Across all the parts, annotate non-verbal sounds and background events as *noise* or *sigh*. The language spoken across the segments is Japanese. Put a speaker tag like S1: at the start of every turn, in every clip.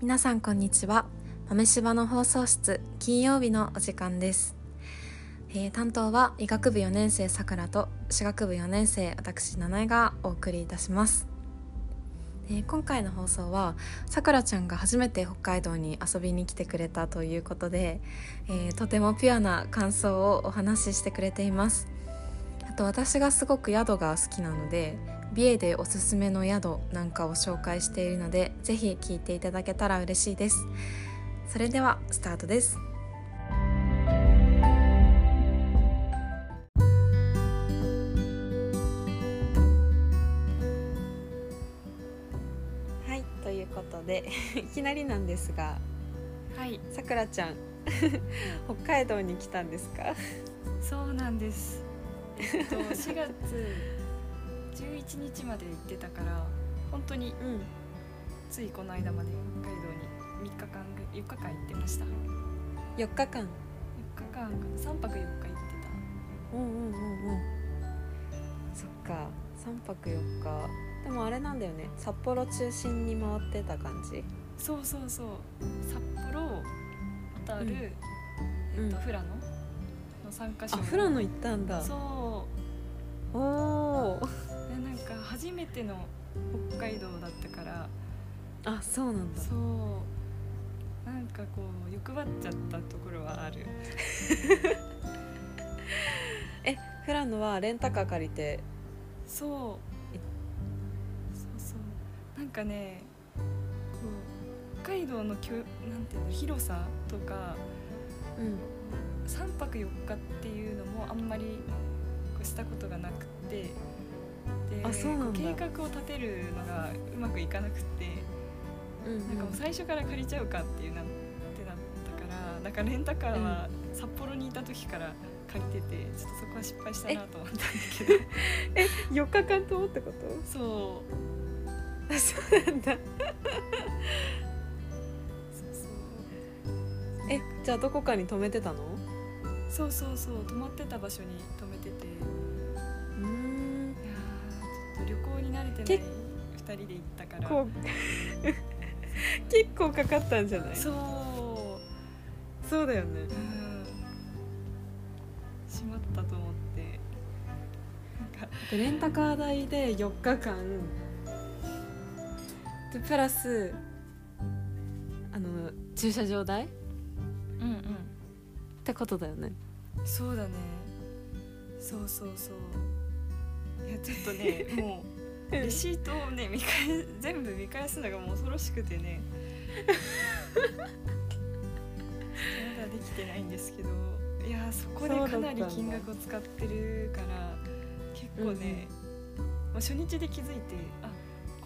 S1: 皆さんこんにちは豆柴の放送室金曜日のお時間です、えー担当は医学部4年生さくらと歯学部4年生私七重がお送りいたします、えー今回の放送はさくらちゃんが初めて北海道に遊びに来てくれたということで、えーとてもピュアな感想をお話ししてくれていますあと私がすごく宿が好きなので美瑛でおすすめの宿なんかを紹介しているのでぜひ聞いていただけたら嬉しいですそれではスタートですはいということで *laughs* いきなりなんですが
S2: はい、
S1: さくらちゃん *laughs* 北海道に来たんですか
S2: そうなんです。えっと4月11日まで行ってたから、本当に
S1: うん
S2: ついこの間まで北海道に3日間ぐ4日間行ってました。4
S1: 4日間
S2: 日間か3泊4日行って
S1: うんうんうんうんそっか3泊4日でもあれなんだよね札幌中心に回ってた感じ
S2: た。そうそうそう。札幌、小樽、
S1: うん
S2: え
S1: うん
S2: っと富良野の三カ所
S1: あ
S2: の。
S1: 富良野行ったんだ
S2: そ
S1: おおー
S2: う。でなんか初めての北海道だったから、
S1: あそうなんだ
S2: そう。なんかこう欲張っちゃったところはある。
S1: 富良野はレンタカー借りて
S2: そう
S1: え
S2: そうそうなんかねこう北海道のきょなんていうの広さとか
S1: うん
S2: 3泊4日っていうのもあんまりこうしたことがなくてで
S1: あそうなんだ
S2: こ計画を立てるのがうまくいかなくて
S1: うん
S2: なんかもう最初から借りちゃうかっていうなってなったからだからレンタカーは札幌にいた時から借りててちょっとそこは失敗したなと思ったんだけど
S1: 4日間ともってこと
S2: そう。
S1: あそうなんだ
S2: そうそう
S1: えじゃあどこかに泊めてたの
S2: そうそうそう泊まってた場所に泊めてていや
S1: うん
S2: ーちょっと旅行に慣れて
S1: け
S2: ない2人で行ったから
S1: こう *laughs* 結構かかったんじゃない
S2: そう
S1: そうだよね
S2: うんしまったと思ってなんか
S1: でレンタカー代で4日間でプラスあの駐車場代っ
S2: うん
S1: てことだよね
S2: うんそうだねそうそうそういやちょっとね *laughs* もうレシートをね見返全部見返すのがもう恐ろしくてねまだできてないんですけどいやーそこでかなり金額を使ってるから結構ね、まあ初日で気づいてあ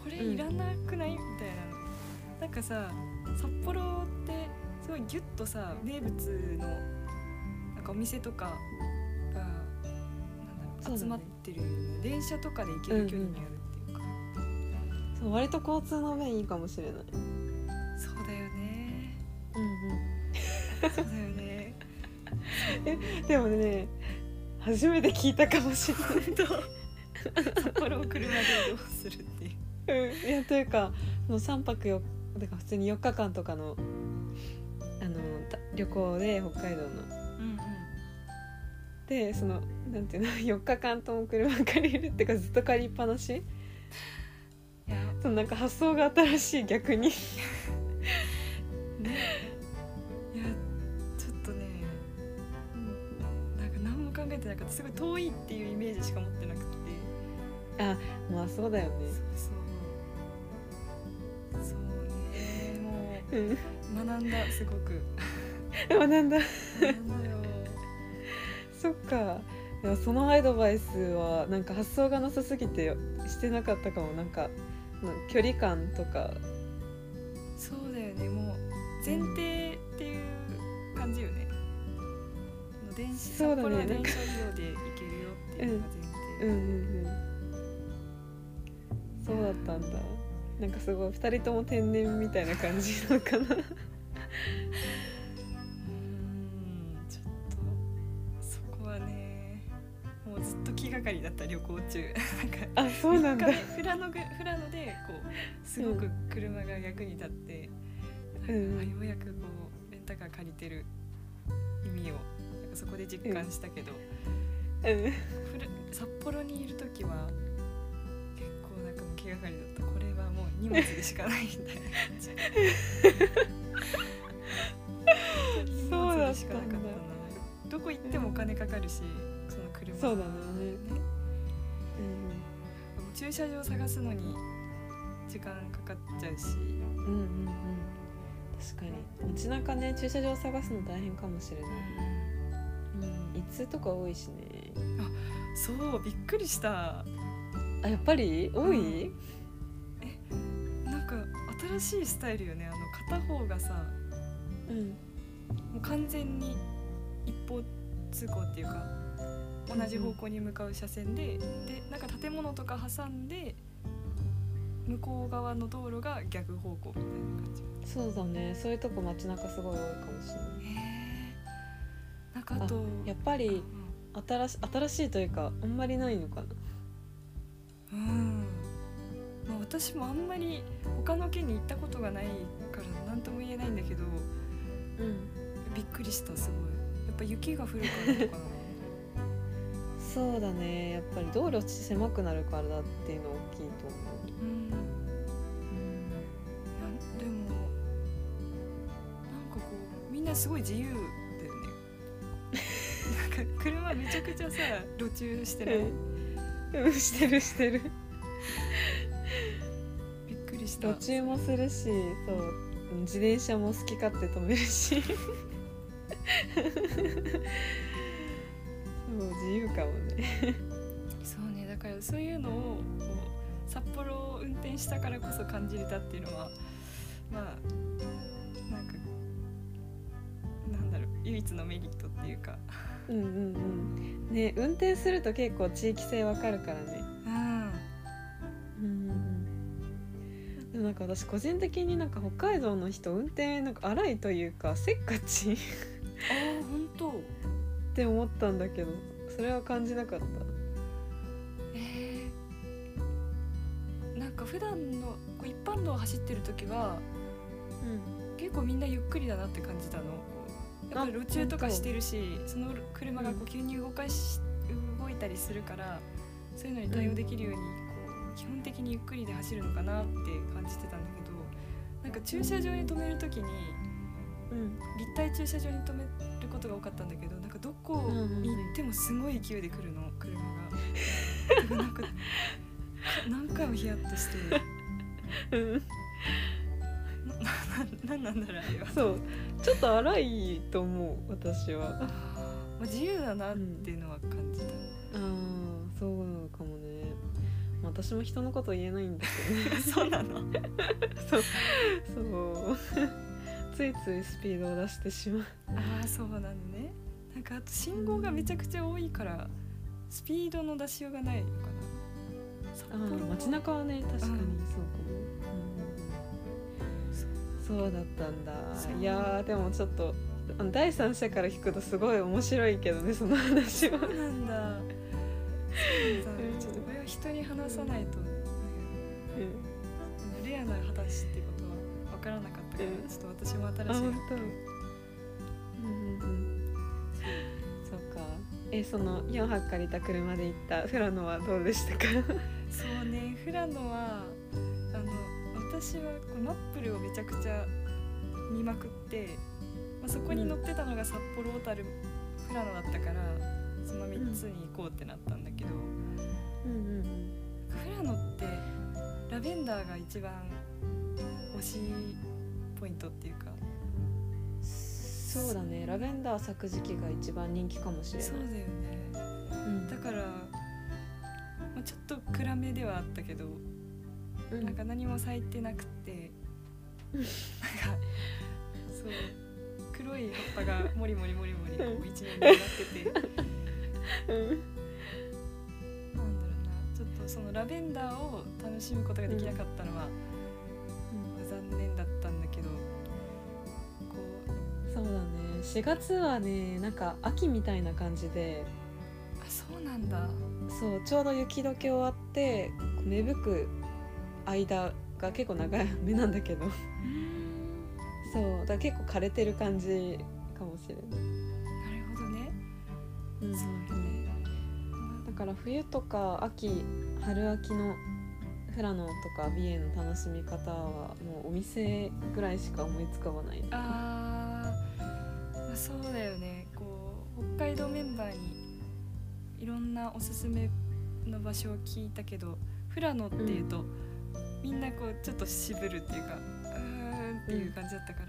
S2: これいらなくない、みたいななんかさ札幌ってすごいギュッとさ名物のなんかお店とかがなんだ
S1: そ
S2: ろ
S1: うだ
S2: う集
S1: ね
S2: まってるよね電車とかで行ける距離にあるっていうか、
S1: そう割と交通の便いいかもしれない
S2: そうだよね
S1: うん、
S2: そうだよね
S1: うん、でもね初めて聞いたかもし
S2: 本当札幌を車で移動するっていう
S1: れない、うん、いやというかその3泊4だから普通に4日間とかのあのた旅行で北海道の
S2: うん
S1: でそのなんていうの4日間とも車借りるっていうかずっと借りっぱなし
S2: いや
S1: そのなんか発想が新しい逆
S2: *laughs*
S1: に
S2: ねいやちょっとねうんなんか何も考えてなかったすごい遠いっていうイメージしか持ってなくて
S1: まあそうだよね
S2: そうそうそうねも
S1: うん
S2: う学んだすごく
S1: 学んだ *laughs*
S2: 学んだよ
S1: そっかでもそのアドバイスはなんか発想がなさすぎてしてなかったかもなんかうん距離感とか
S2: そうだよねもう前提っていう感じよねもう電子
S1: そうだね
S2: 札幌は
S1: なん
S2: 電
S1: か
S2: 車利用で行けるよっていうのが
S1: う
S2: 前
S1: んう
S2: 提、
S1: んうんそうだったんだなんかすごい2人とも天然みたいな感じなのかな
S2: うんちょっとそこはねもうずっと気がかりだった旅行中なんか
S1: あ
S2: *laughs*
S1: そうなんだ
S2: 3日目富良野ぐ富良野でこうすごく車が役に立って、
S3: うん
S2: あようやくこうレンタカー借りてる意味をなんかそこで実感したけど、
S3: うん
S2: ふる札幌にいる時は結構なんかもう気がかりだったこれはもう荷物でしかないみたいな感じ荷物でしかなかったな
S3: そうだ
S2: どこ行ってもお金かかるしその車
S3: そうだね
S2: もう駐車場探すのに時間かかっちゃうし
S3: うんうんうん確かに街中ね駐車場探すの大変かもしれない、一通とか多いしね
S2: そうびっくりした
S3: あやっぱり多い、
S2: なんか新しいスタイルよねあの片方がさ
S3: うん
S2: もう完全に一方通行っていうか同じ方向に向かう車線で、でなんか建物とか挟んで向こう側の道路が逆方向みたいな感じ
S3: そうだねそういうとこ街中すごい多いかもしれない
S2: なんかあと
S3: やっぱ
S2: う、
S3: り新し新しいというかあんまりないのかなん
S2: まあ、私もあんまり他の県に行ったことがないから何とも言えないんだけど
S3: うん
S2: びっくりしたすごいやっぱ雪が降るからなのかな
S3: そうだねやっぱり道路狭くなるからだっていうのは大きいと思
S2: うん
S3: う、
S2: いやでもなんかこうみんなすごい自由だよねなんか車めちゃくちゃさ路中してない、
S3: うん、うん、してるして *laughs* る
S2: びっくりした
S3: 途中もするしそう自転車も好き勝手止めるし *laughs* そう自由かもね
S2: そうねだからそういうのをこう札幌を運転したからこそ感じれたっていうのはまあなんかなんだろう唯一のメリットっていうか
S3: うんうんうんね運転すると結構地域性わかるからね
S2: うん
S3: うんうんうんでもなんか私個人的になんか北海道の人運転なんか荒いというかせっかちっ
S2: ああ本当
S3: て思ったんだけどそれは感じなかった
S2: えーなんか普段のこう一般道を走ってる時は
S3: うん
S2: 結構みんなゆっくりだなって感じたのこうやっぱり
S3: あ
S2: 路中とか
S3: 本当
S2: してるしその車がこ
S3: うん
S2: う急に動かし動いたりするからそういうのに対応できるようにこう基本的にゆっくりで走るのかなって感じてたんだけどなんか駐車場に止める時に
S3: うん
S2: 立体駐車場に止めることが多かったんだけどなんかどこ
S3: うんうんうん
S2: に行ってもすごい勢いで来るの車が。だからなんかか何回もヒヤッとして *laughs*
S3: うん
S2: ななんなんだろうあれは。
S3: そうちょっと荒いと思う私は
S2: まあ自由だなっていうのは感じた、
S3: ああそうなのかもね、まあ私も人のこと言えないんだけどね
S2: そうなの
S3: *laughs* そうついついスピードを出してしまう
S2: ああそうなのねなんかあと信号がめちゃくちゃ多いからスピードの出しようがないのかな札
S3: あ
S2: 幌
S3: ー
S2: は
S3: 街中はね確かにそうかも
S2: うん、
S3: うんそうだったんだ
S2: そう
S3: いやーでもちょっとあの第三者から聞くとすごい面白いけどねその話は
S2: そうなんだそうなんだ
S3: うん
S2: ちょっとこれは人に話さないと、ね、
S3: うん
S2: レアな話ってことは分からなかったから、
S3: うん
S2: ちょっと私も
S3: あ
S2: 新しい
S3: 本
S2: 発
S3: 当うんうんうんそうかえその4泊借りた車で行ったフラノはどうでしたか
S2: そうね富良野はあの私はこうマップルをめちゃくちゃ見まくって、まあ、そこに乗ってたのが札幌小樽富良野だったからその3つに行こうってなったんだけど、
S3: うんうんうん
S2: 富良野ってラベンダーが一番推しポイントっていうか
S3: そうだねラベンダー咲く時期が一番人気かもしれない
S2: そうだよね
S3: うん
S2: だから、まあ、ちょっと暗めではあったけど
S3: うん
S2: なんか何も咲いてなくて、
S3: うん
S2: なんかそう黒い葉っぱがもりもりもりもりこ
S3: うん
S2: う一面にな
S3: *laughs*
S2: ってて、なんだろ
S3: う
S2: う
S3: ん
S2: なちょっとそのラベンダーを楽しむことができなかったのは、まあ残念だったんだけど、こう
S3: そうだね4月はねなんか秋みたいな感じで
S2: あそうなんだ、
S3: そうちょうど雪解け終わってこう芽吹く間が結構長い目なんだけどそうだから結構枯れてる感じかもしれない、
S2: なるほどね
S3: うん
S2: そうよね
S3: だから冬とか秋春秋の富良野とか美瑛の楽しみ方はもうお店ぐらいしか思いつかばないな
S2: あー、まあそうだよねこう北海道メンバーにいろんなおすすめの場所を聞いたけど富良野っていうと、みんなこうちょっと渋るっていうかうーんっていう感じだったから、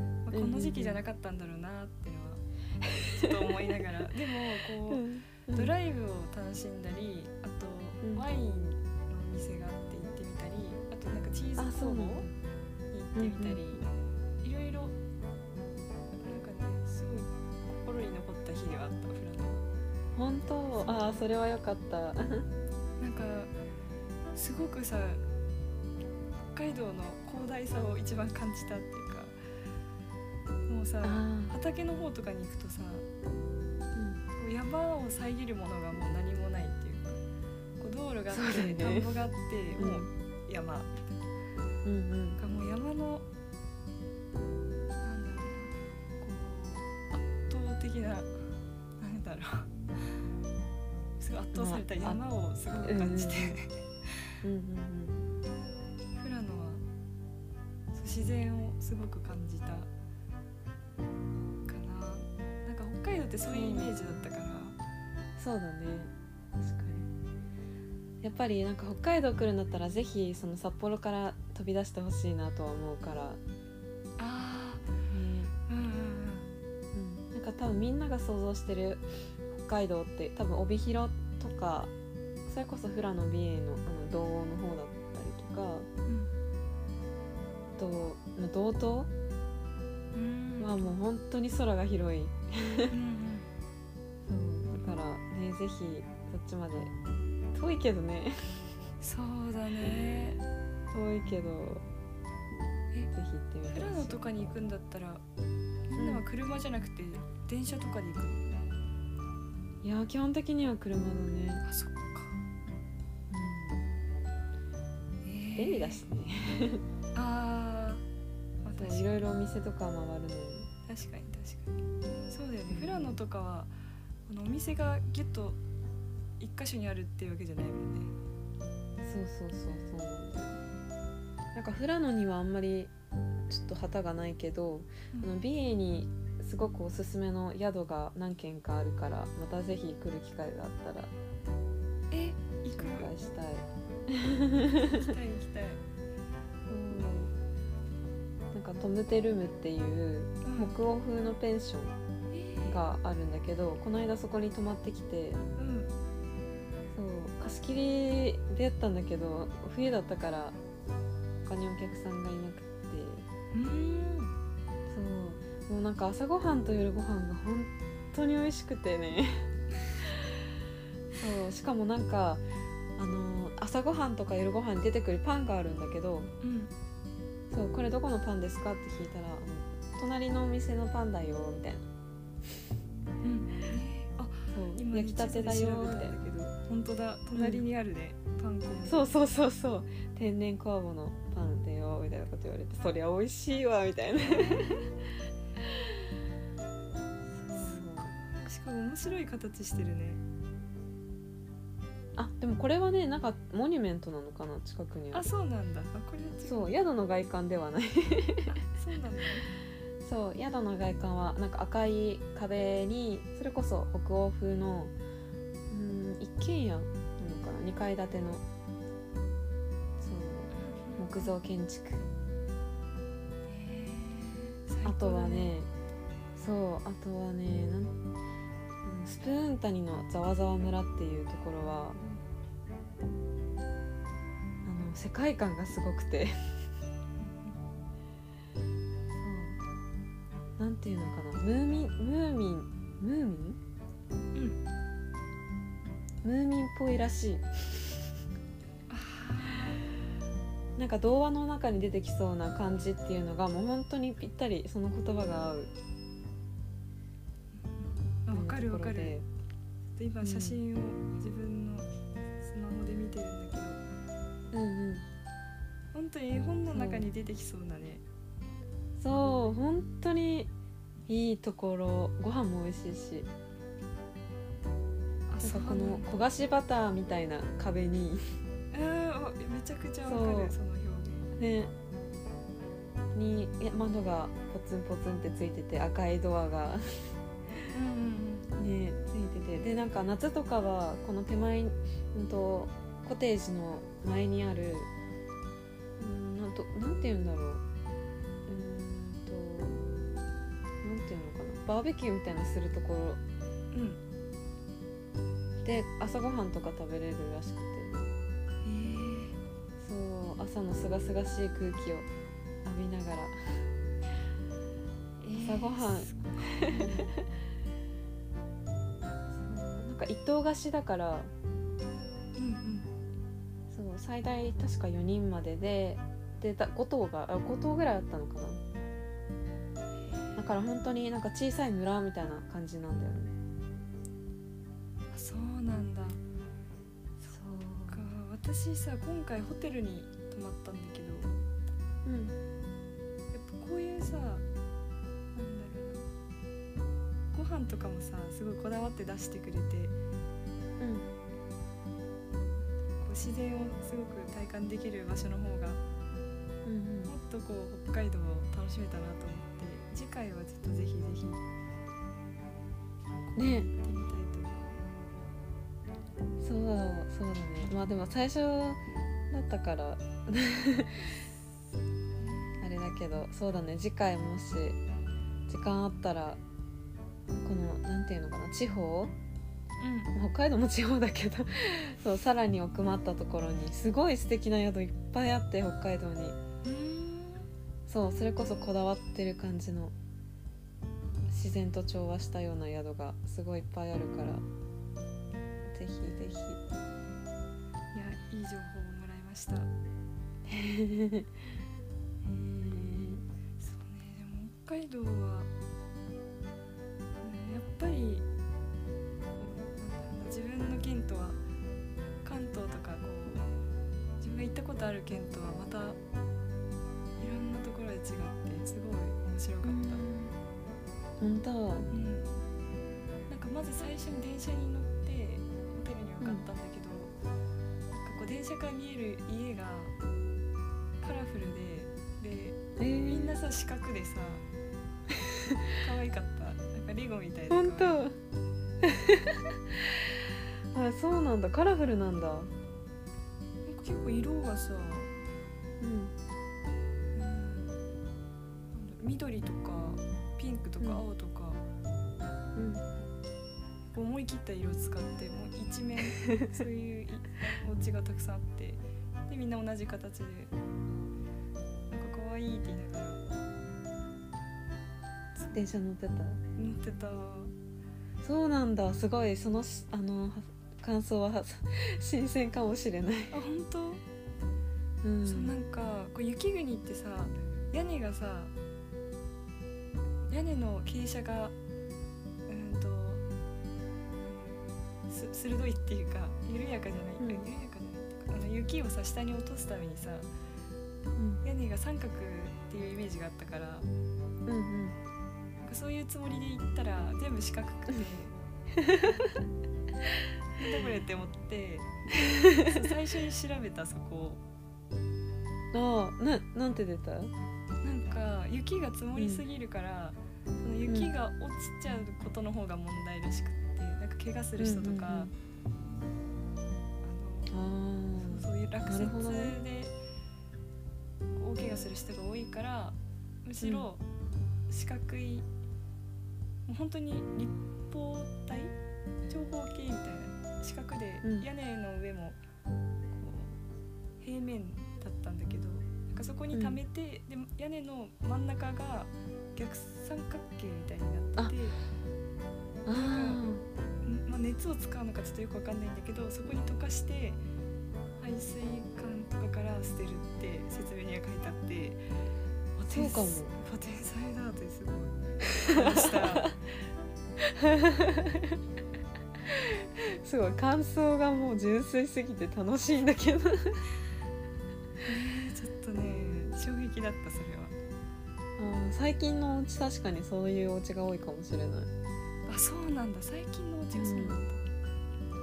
S2: まあこの時期じゃなかったんだろうなっていうのはちょっと思いな
S3: *laughs*
S2: がらでもこう、ド
S3: イ
S2: ライブを楽しんだりあと
S3: うん
S2: ワインのお店があって行ってみたりあとなんかチーズ
S3: あそ
S2: 工房
S3: うなの
S2: に行ってみたりいろいろなんかねすごい心に残った日ではあったフラン
S3: 本当ああそれは良かった
S2: なんかすごくさ北海道の広大さを一番感じたっていうかもうさ畑の方とかに行くとさこう山を遮るものがもう何もないっていうかこう道路があっ
S3: そうだ
S2: て、
S3: ね
S2: 田んぼがあって
S3: うん
S2: もう山な
S3: うんう
S2: ん
S3: ん
S2: かもう山のなんだろうなこう圧倒的ななんだろうすごい圧倒された
S3: まあ
S2: 山をすごく感じて、
S3: うんうんうん
S2: 富良野はそう自然をすごく感じたかななんか北海道ってそういうイメージだったから、
S3: そうだね確かにやっぱりなんか北海道来るんだったらぜひその札幌から飛び出してほしいなとは思うから、
S2: ああうんうんうん
S3: うんなんか多分みんなが想像してる北海道って多分帯広とかそれこそ富良野美瑛のあの道央の方だったりとかあとまあ道東
S2: うん
S3: はもう本当に空が広い
S2: うん
S3: そうだからねぜひそっちまで遠いけどね
S2: そうだね
S3: 遠いけど
S2: え
S3: ぜひ行ってみ
S2: 富
S3: て
S2: 良
S3: ほ
S2: 野
S3: しい
S2: とかに行くんだったらみんなは車じゃなくて電車とかで行くの
S3: いやー基本的には車だね、
S2: あそっか
S3: うん、
S2: 便
S3: 便利だしね
S2: あー、まあ確か
S3: *laughs* い
S2: に
S3: ろいろお店とか回るのに
S2: 確かに確かにそうだよね富良野とかはあのお店がギュッと一箇所にあるっていうわけじゃないもんね
S3: そうそうそうそうなんだよなんか富良野にはあんまりちょっと旗がないけど、
S2: うん
S3: あの美瑛にすごくおすすめの宿が何軒かあるからまたぜひ来る機会があったら
S2: え行く
S3: 紹介したい、
S2: 行きたい行き
S3: *laughs*
S2: たい
S3: なんかトムテルムっていう
S2: うん
S3: 北欧風のペンション
S2: え
S3: があるんだけどこの間そこに泊まってきて
S2: ーうん
S3: そう貸し切りでやったんだけど冬だったから他にお客さんがいなくて
S2: うん
S3: そうもうなんか朝ごはんと夜ごはんが本当に美味しくてね *laughs* そうしかもなんかあの朝ごはんとか夜ごはんに出てくるパンがあるんだけど
S2: うん
S3: そうこれどこのパンですかって聞いたらあの隣のお店のパンだよみたいな
S2: うんあ
S3: そう
S2: 今
S3: 焼きたてだよ
S2: 地図
S3: みた
S2: で調べ
S3: い
S2: た
S3: な
S2: んだけど本当だ隣にあるね、パン粉も
S3: そうそうそうそう天然酵母のパンだよみたいなこと言われてそりゃ美味しいわみた
S2: *laughs*
S3: いな
S2: しかも面白い形してるね
S3: あでもこれはねなんかモニュメントなのかな近くにあ
S2: あ
S3: る
S2: そうなんだあこれは違う
S3: そう宿の外観ではない
S2: そうなんだね
S3: *laughs* そう宿の外観はなんか赤い壁にそれこそ北欧風のうん一軒家なのかな2階建てのそう木造建築あとはねそうあとはねなんうんスプーン谷のざわざわ村っていうところはあの世界観がすごくてそうなんていうのかなムーミンムーミンムーミン
S2: うん
S3: ムーミンっぽいらしいなんか童話の中に出てきそうな感じっていうのがもう本当にぴったりその言葉が合う
S2: あわかるわ
S3: とこ
S2: か
S3: ろで
S2: るちょっと今写真を自分のスマホで見てるんだけど
S3: うんうん
S2: 本当に絵本の中に出てきそうなね
S3: そうそう本当にいいところご飯も美味しいし
S2: あ
S3: なん
S2: そ
S3: か
S2: う
S3: この焦がしバターみたいな壁に *laughs*
S2: なんだうんめちゃくちゃわかるそ
S3: そう
S2: の表現
S3: ねにえ窓がポツンポツンってついてて赤いドアが
S2: うん
S3: ねついててでなんか夏とかはこの手前にうんとコテージの前にあるうんなんとなんて言うんだろううんとなんていうのかなバーベキューみたいなのするところ
S2: うんうん
S3: で朝ごはんとか食べれるらしくて
S2: うん
S3: そう朝のすがすがしい空気を浴びながら
S2: えー
S3: 朝ごはん
S2: すごい
S3: *laughs* なんか一棟貸しだから
S2: うんうん
S3: そう最大確か4人までででだ5棟があ5棟ぐらいあったのかなだから本当になんか小さい村みたいな感じなんだよね
S2: あそうなんだ
S3: そう
S2: か私さ今回ホテルに泊まったんだけど
S3: うん
S2: やっぱこういうさなんだろうなご飯とかもさすごいこだわって出してくれてこ
S3: うん
S2: う自然をすごく体感できる場所の方が
S3: うんうん
S2: もっとこう北海道を楽しめたなと思って次回はちょっとぜひぜひ行って
S3: ね
S2: みたいと思
S3: そうそうだねまあでも最初だったから *laughs* あれだけどそうだね次回もし時間あったらこのなんていうのかな地方
S2: う
S3: 北海道も地方だけど *laughs* そうさらに奥まったところにすごい素敵な宿いっぱいあって北海道
S2: う
S3: に
S2: ん
S3: そうそれこそこだわってる感じの自然と調和したような宿がすごいいっぱいあるからぜひぜひ
S2: い
S3: *laughs*
S2: やいい情報をもらいましたそう
S3: え
S2: ねでも北海道はうんやっぱりうんなんだろうな自分の県とは関東とかこう自分が行ったことある県とはまたいろんなところで違ってすごい面白かった。
S3: 本当
S2: うんなんかまず最初に電車に乗ってホテルに向かったんだけど、なんかこう電車から見える家がカラフルでで
S3: えー
S2: みんなさ四角
S3: *laughs*
S2: でさ可愛かったなんかレゴみたいな
S3: 本当
S2: 可愛い
S3: あそうなんだカラフルなんだ
S2: なんか結構色がさ、
S3: うん
S2: うんなんだろう緑とかピンクとか
S3: うん
S2: 青とか、
S3: うん
S2: こう思い切った色を使ってもう一
S3: *laughs*
S2: 面そういういお家がたくさんあってでみんな同じ形でなんか可愛いって言いながら
S3: 電車乗ってた
S2: 乗ってた
S3: そうなんだすごいそのしあのは感想は *laughs* 新鮮かもしれない、
S2: あ本当、
S3: う
S2: そうなん
S3: ん、
S2: かこう雪国ってさ屋根がさ屋根の傾斜がうんとす鋭いっていうか緩やかじゃない、
S3: うん
S2: 緩やかじゃないあの雪をさ下に落とすためにさ
S3: うん
S2: 屋根が三角っていうイメージがあったから
S3: うんうん
S2: なんかそういうつもりで行ったら全部四角
S3: *laughs*
S2: くてなんだこれって思
S3: *laughs*
S2: ってそう最初に調べたそこ
S3: ああななんて出た
S2: なんか雪が積もりすぎるから、その雪が落ちちゃうことの方が問題らしくってなんか怪我する人とか、
S3: うんうんう
S2: あの
S3: んあー
S2: そうそういう落雪
S3: なるほどね
S2: で大怪我する人が多いからむしろ四角い、もう本当に立方体長方形みたいな四角で、
S3: うん
S2: 屋根の上もこう平面だったんだけどなんかそこに溜めて、で屋根の真ん中が逆三角形みたいになってて。
S3: あー
S2: んまあ、熱を使うのかちょっとよくわかんないんだけどそこに溶かして排水管とかから捨てるって説明には書いてあってあ
S3: そうかも
S2: 天才だってすごい思いました
S3: すごい感想がもう純粋すぎて楽しいんだけど *laughs*
S2: ちょっとね衝撃だったそれは
S3: あー最近のお家確かにそういうお家が多いかもしれない
S2: あそうなんだ最近のお家がそうなんだ、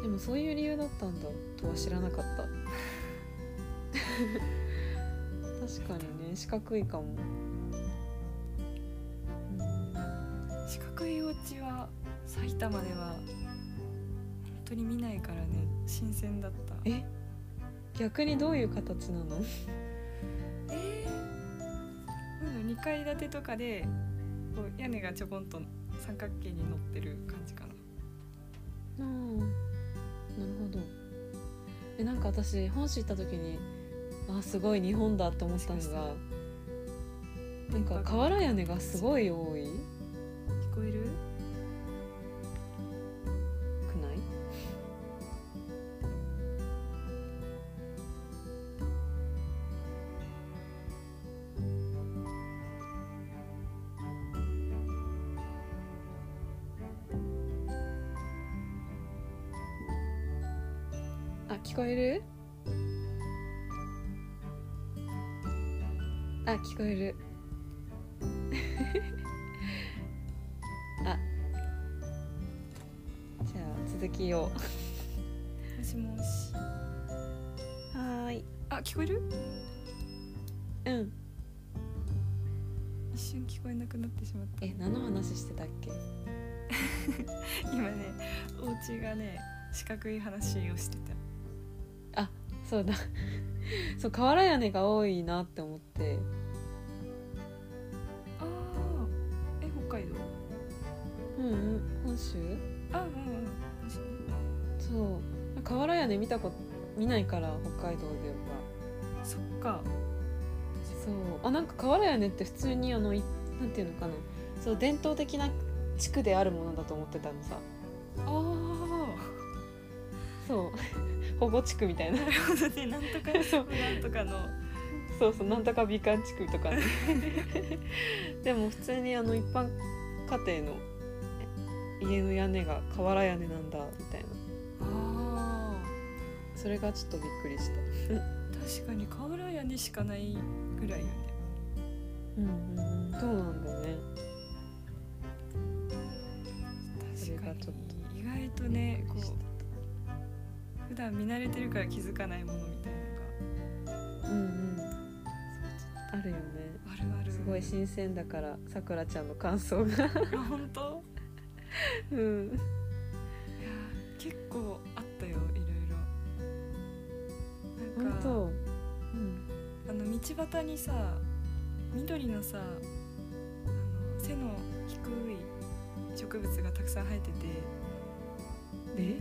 S3: でもそういう理由だったんだとは知らなかった
S2: *laughs*
S3: 確かにね四角いかも、
S2: 四角いお家は埼玉では本当に見ないからね新鮮だった
S3: え逆にどういう形なの
S2: えーなんだろう2階建てとかでこう屋根がちょこんと三角形に乗ってる感じかな
S3: ああなるほどえなんか私本州行った時にあすごい日本だって思ったのがなんか瓦屋根がすごい多い
S2: 聞こえる
S3: くないあ聞こえるあ聞こえるあじゃあ続きを
S2: もしもし
S3: はーい
S2: あ聞こえる
S3: うん
S2: 一瞬聞こえなくなってしまった
S3: え何の話してたっけ
S2: 今ねお家がね四角い話をしてた
S3: そうだそう瓦屋根が多いなって思って
S2: ああえ北海道
S3: うんうん本州
S2: あうんうんもしも
S3: そう瓦屋根見たこと見ないから北海道では
S2: しそっか
S3: そうあなんか瓦屋根って普通にあのいなんていうのかなそう伝統的な地区であるものだと思ってたのさ
S2: ああ
S3: そう *laughs* 保護地区みたいな
S2: なるほどね、なんとか、
S3: そう
S2: なんとかの。
S3: そうそうなんとか美観地区とかね *laughs* でも普通にあの一般家庭のえ家の屋根が瓦屋根なんだみたいな
S2: ああ、
S3: それがちょっとびっくりした
S2: 確かに瓦屋にしかないぐらいよね。
S3: うんうんそうなんだねそ
S2: 確
S3: れ
S2: か
S3: がちょっと
S2: に。意外とね、こう、普段見慣れてるから気づかないものみたいなの
S3: ううんうんあるよね
S2: が。あるある。
S3: すごい新鮮だからさくらちゃんの感想が
S2: あ本当。
S3: *laughs* う
S2: い
S3: ん
S2: やー、結構あったよ、いろいろ。なん
S3: 本
S2: か、
S3: 当うん
S2: あの道端にさ、緑のさ。あの背の低い植物がたくさん生えてて。
S3: え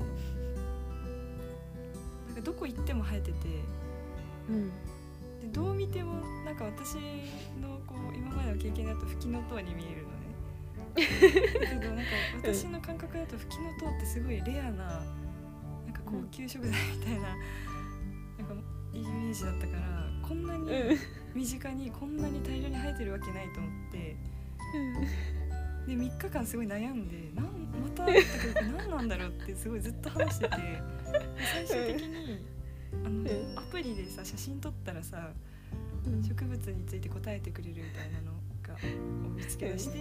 S2: なんかどこ行っても生えてて
S3: うん
S2: でどう見てもなんか私のこう今までの経験だとフキノトウに見えるのね。だけどなんか私の感覚だとフキノトウってすごいレアななんか高級食材みたいな,、なんかイメージだったからこんなに身近にこんなに大量に生えてるわけないと思ってで3日間すごい悩んでなんまた会ったけど何なんだろうってすごいずっと話しててで最終的にあ
S3: うん
S2: のアプリでさ写真撮ったらさ植物について答えてくれるみたいなのがを見つけ出して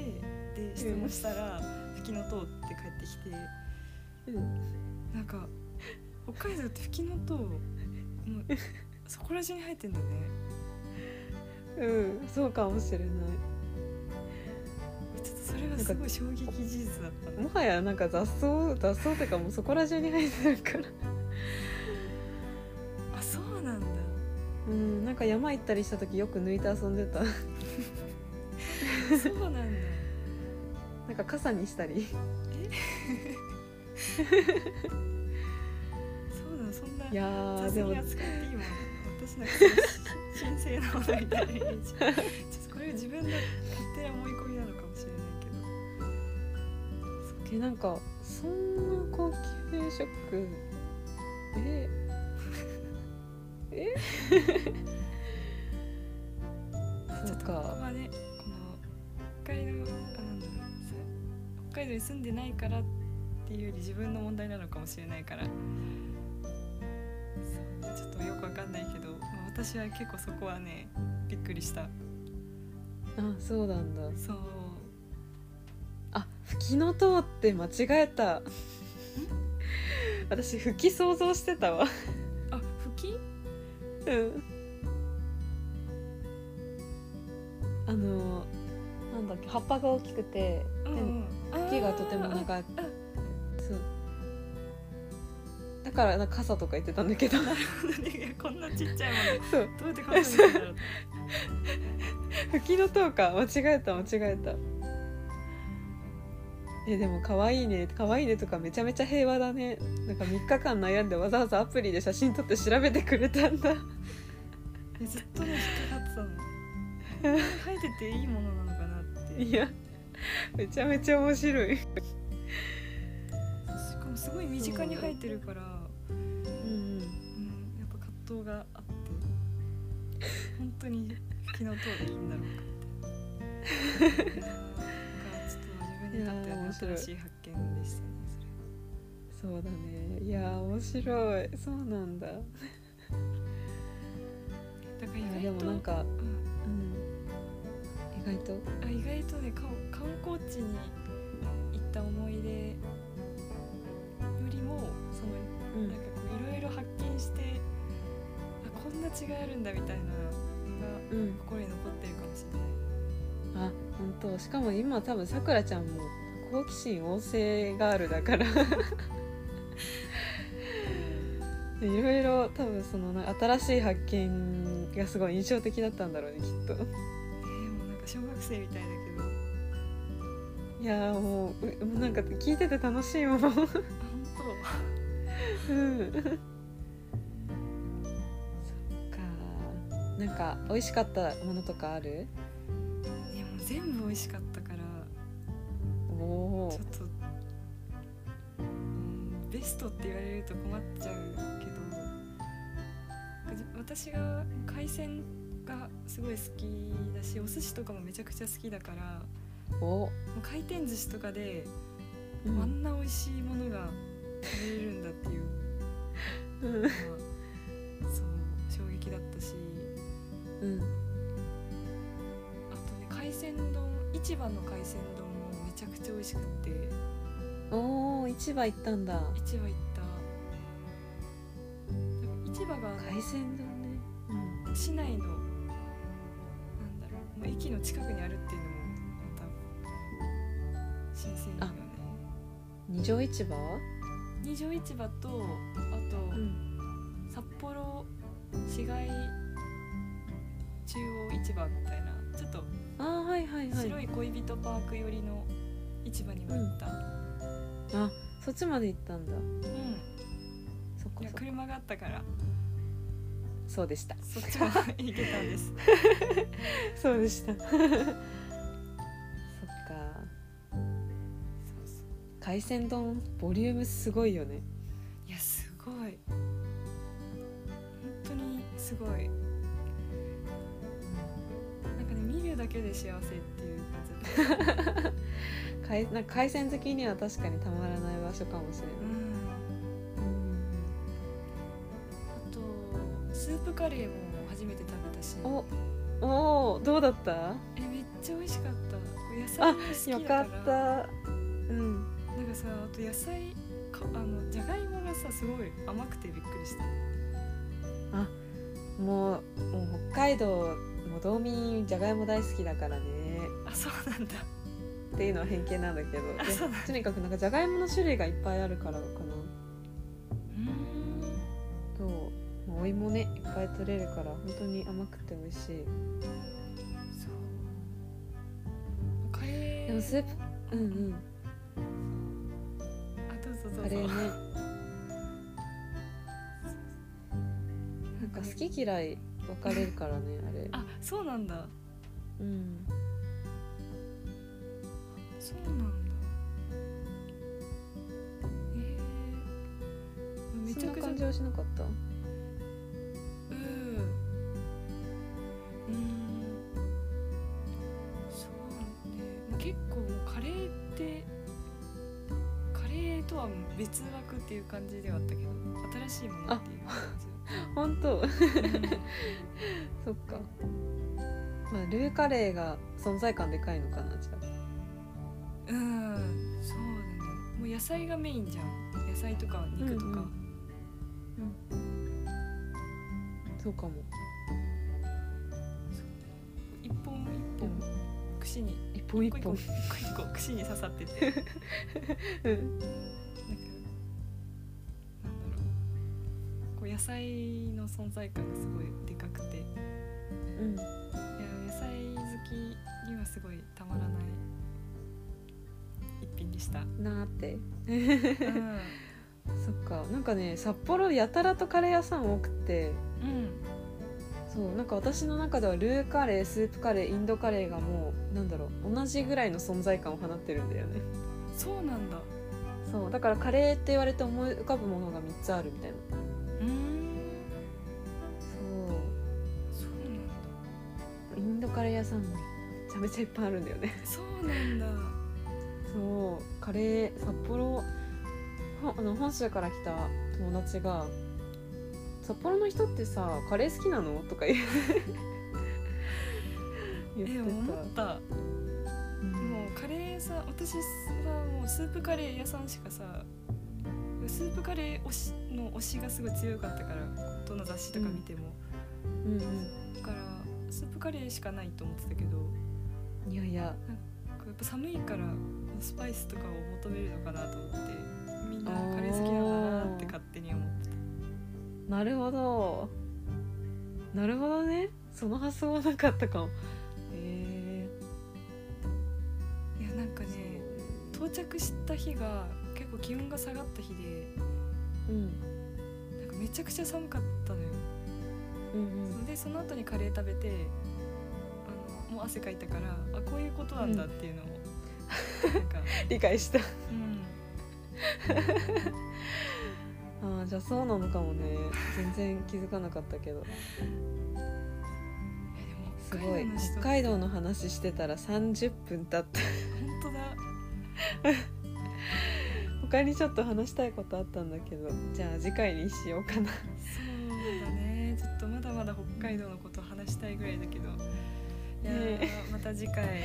S2: で質問したら「フキノトウ」って返ってきて
S3: うん
S2: なんか北海道ってフキノトウもうそこら中に生えてんだね
S3: うんそうかもしれない
S2: ちょっとそれはすごい衝撃事実だった
S3: もはやなんか雑草雑草っていうかもうそこら中に生えてるから
S2: あそうなんだ
S3: うんなんか山行ったりした時よく抜いて遊んでた
S2: そうなんだ
S3: なんか傘にしたり
S2: そうだそんない
S3: やー
S2: 雑
S3: で
S2: に
S3: も
S2: 扱っていいもん私なんかその神聖なものみたいなイメージちょっとこれ自分の勝手な思い込みなのかもしれないけど
S3: えなんかそんな高級食ええ *laughs* そう
S2: ここ
S3: か
S2: はねこの北海道あなんだろうさ北海道に住んでないからっていうより自分の問題なのかもしれないからそうちょっとよくわかんないけど、まあ私は結構そこはねびっくりした
S3: あそうなんだ
S2: そう
S3: あフキノトウって間違えた *laughs* 私フキ想像してたわ
S2: あ吹き
S3: うんあのなんだっけ葉っぱが大きくて、で茎がとても
S2: い
S3: 長いそうだからなんか傘とか言ってたんだけど
S2: *laughs* こんなちっちゃい
S3: そう
S2: ものどうやって考えてんだろう
S3: 吹きの塔か間違えた間違えたえでも可愛いね可愛いねとかめちゃめちゃ平和だねなんか3日間悩んでわざわざアプリで写真撮って調べてくれたんだ
S2: えずっとね引っかかってたの *laughs* 生えてていいものなのかなって
S3: いやめちゃめちゃ面白い、
S2: しかもすごい身近に生えてるから、
S3: うん
S2: うん、やっぱ葛藤があって本当に気の通りいいんだろうかっていやーなんかちょっと自分にとって
S3: いや
S2: は
S3: ー面白い
S2: 新しい発見でしたね
S3: そうだねいやー面白いそうなんだい
S2: それだか
S3: や
S2: ら意
S3: で
S2: 外
S3: も
S2: と
S3: なんか、
S2: うん
S3: うん、意外と
S2: あ意外とねか観光地に行った思い出よりもその
S3: うん
S2: なんかこういろいろ発見してあこんな違いあるんだみたいなのが
S3: うん
S2: 心に残ってるかもし
S3: あ本当しかも今多分さくらちゃんも好奇心旺盛ガールだから *laughs* でいろいろ多分そのな新しい発見がすごい印象的だったんだろうねきっと
S2: れない、えーもうなんか小学生みたいだけど
S3: いやーもううもうなんか聞いてて楽しいもん、 *laughs*
S2: あ本
S3: うん、そっかなんか美味しかったものとかある
S2: 当いやもう全部美味しかったから
S3: おお
S2: ちょっと、うん、ベストって言われると困っちゃうけどなんかじ私が海鮮がすごい好きだしお寿司とかもめちゃくちゃ好きだから
S3: お
S2: もう回転寿司とかで
S3: う
S2: あ
S3: ん
S2: んな美味しいものが食べれるんだっていう
S3: うん
S2: のがそう衝撃だったし
S3: うん
S2: あとね海鮮丼市場の海鮮丼もめちゃくちゃ美味しくって
S3: おお市場行ったんだ
S2: 市場行ったなんか市場が
S3: 海鮮丼ねうん
S2: 市内のなんだろうもう駅の近くにあるっていうのもまた新鮮だよね
S3: 二条市場、
S2: 二条市場とあと、
S3: ん、
S2: 札幌市街中央市場みたいなちょっと
S3: あーはいはいはい
S2: 白い恋人パーク寄りの市場にも行った、うん
S3: あそっちまで行ったんだそっ
S2: い
S3: かそ
S2: や
S3: っか
S2: 車があったから
S3: そうでした
S2: そっちも行けたんです
S3: そうでした *laughs* そっか海鮮丼ボリュームすごいよね
S2: いやすごい本当にすごいなんかね見るだけで幸せっていう感じだった
S3: 海なんか海鮮好きには確かにたまらない場所かもしれない
S2: うんあとスープカレーも初めて食べたし
S3: おおーどうだった
S2: えめっちゃ美味しかったこう野菜も好
S3: よ
S2: きだ
S3: か
S2: から
S3: ったうん
S2: なんかさあと野菜かあのじゃがいもがさすごい甘くてびっくりした
S3: もうもう北海道もう道民じゃがいも大好きだからね
S2: あそうなんだ
S3: っていうのは偏見なんだけど
S2: あそうなん
S3: とにかくなんかじゃがいもの種類がいっぱいあるからかな
S2: うん
S3: そうまあお芋ねいっぱい取れるから本当に甘くて美味しい
S2: そうカレー
S3: でもスープうんうん
S2: あどうぞど
S3: カ
S2: う
S3: レ
S2: ぞ
S3: ーねなんか好き嫌い分かれるからねあれ
S2: あそうなんだ
S3: うん
S2: そうなんだえー、め
S3: そ
S2: ち
S3: ん
S2: ゃ
S3: な
S2: くちゃ
S3: 感じはしなかった
S2: うんうんそうねまあ結構もうカレーってカレーとは別枠っていう感じではあったけど新しいものっていう
S3: 本当 *laughs*
S2: 感じ、うん
S3: そっかまあルーカレーが存在感でかいのかなじゃ
S2: うんそうだねもう野菜がメインじゃん野菜とか肉とか、
S3: うんうんあそうかも
S2: 一本一本串に
S3: 一本
S2: 一
S3: 一
S2: 個一個
S3: 本
S2: 一個一個串に刺さって
S3: *laughs*
S2: てなんかなんだろうこう野菜の存在感がすごいでかくていや
S3: うん
S2: 野菜好きにはすごいたまらない一品で
S3: *laughs*
S2: した、
S3: なーって
S2: うん
S3: そっかなんかね札幌やたらとカレー屋さん多くて
S2: うん
S3: そうなんか私の中ではルーカレースープカレーインドカレーがもうなんだろう同じぐらいの存在感を放ってるんだよね
S2: そうなんだ
S3: そうだからカレーって言われて思い浮かぶものが3つあるみたいな
S2: うん
S3: そ
S2: そうなんだ
S3: うインドカレー屋さんもめちゃめちゃいっぱいあるんだよね
S2: そうなんだ。
S3: そうカレー札幌ほあの本州から来た友達が「札幌の人ってさカレー好きなの?」とか言う言って
S2: え、
S3: た、
S2: 思った。
S3: うん
S2: もうカレーさ、私はもうスープカレー屋さんしかさ。スープカレー推しの推しがすごい強かったからどの雑誌とか見ても、
S3: うんう
S2: だからスープカレーしかないと思ってたけどこ
S3: んいやい
S2: う
S3: や
S2: やっぱ寒いからスパイスとかを求めるのかなと思ってみんなカレー好きなんだなって勝手に思ってた
S3: なるほどなるほどねその発想はなかったかもえ
S2: いやなんか
S3: ー、
S2: ね到着した日が結構気温が下がった日で
S3: うん
S2: なんかめちゃくちゃ寒かったのよ
S3: うんうん
S2: でその後にカレー食べてあのもう汗かいたからあこういうことなんだっていうのを、なんか、
S3: 理解した
S2: うん、
S3: あーじゃあそうなのかもね全然気づかなかったけど
S2: いやでも
S3: す
S2: 北
S3: ごい
S2: 海道の人
S3: 北
S2: 本
S3: 海道の話してたら30分経った
S2: 当だ
S3: 他にちょっと話したいことあったんだけどじゃあ次回にしようかな
S2: そうだねちょっとまだまだ北海道のこと話したいぐらいだけどいやー、
S3: ね
S2: また次回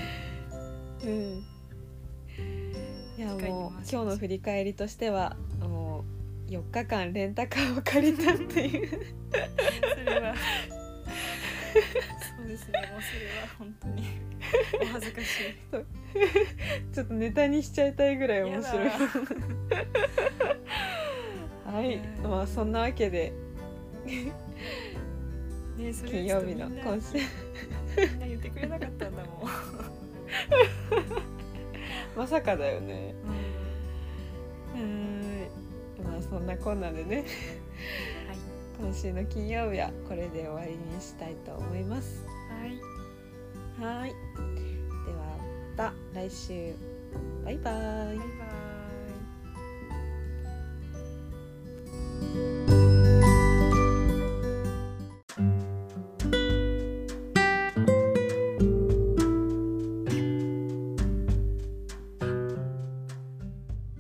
S3: うんいや
S2: 次回に
S3: もう
S2: 回しましょう
S3: 今日の振り返りとしてはもう4日間レンタカーを借りたっていう
S2: そ
S3: *laughs*
S2: れはそうですねもうそれは本当にお恥ずかしい
S3: ちょっとネタにしちゃいたいぐらい面白い
S2: やだー
S3: はい
S2: ね、
S3: まあそんなわけで
S2: ねそれ
S3: 金曜日の
S2: ちょっとみんな
S3: 今週
S2: みんな言ってくれなかったんだもん
S3: まさかだよね。
S2: は
S3: はーい、まあそんなこんなでね、今週の金曜日はこれで終わりにしたいと思います。
S2: い、はい、
S3: はーい、ではまた来週。バイバイ
S2: バイ。バイ。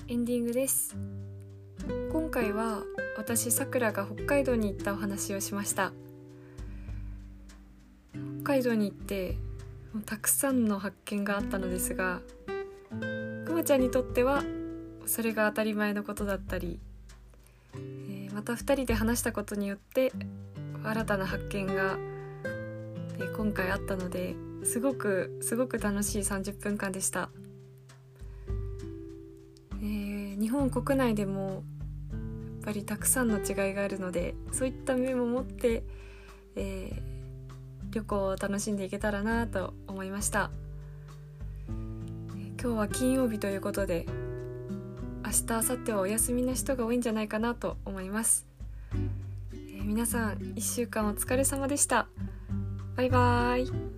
S1: エンディングです今回は私さくらが北海道に行ったお話をしました北海道に行ってもうたくさんの発見があったのですがくまちゃんにとってはそれが当たり前のことだったり、えーまた2人で話したことによって新たな発見が、えー今回あったのですごくすごく楽しい30分間でした。えー日本国内でもやっぱりたくさんの違いがあるのでそういった面も持って、えー旅行を楽しんでいけたらなと思いました、えー今日は金曜日ということで明日明後日はお休みの人が多いんじゃないかなと思います、えー皆さん1週間お疲れ様でしたバイバイ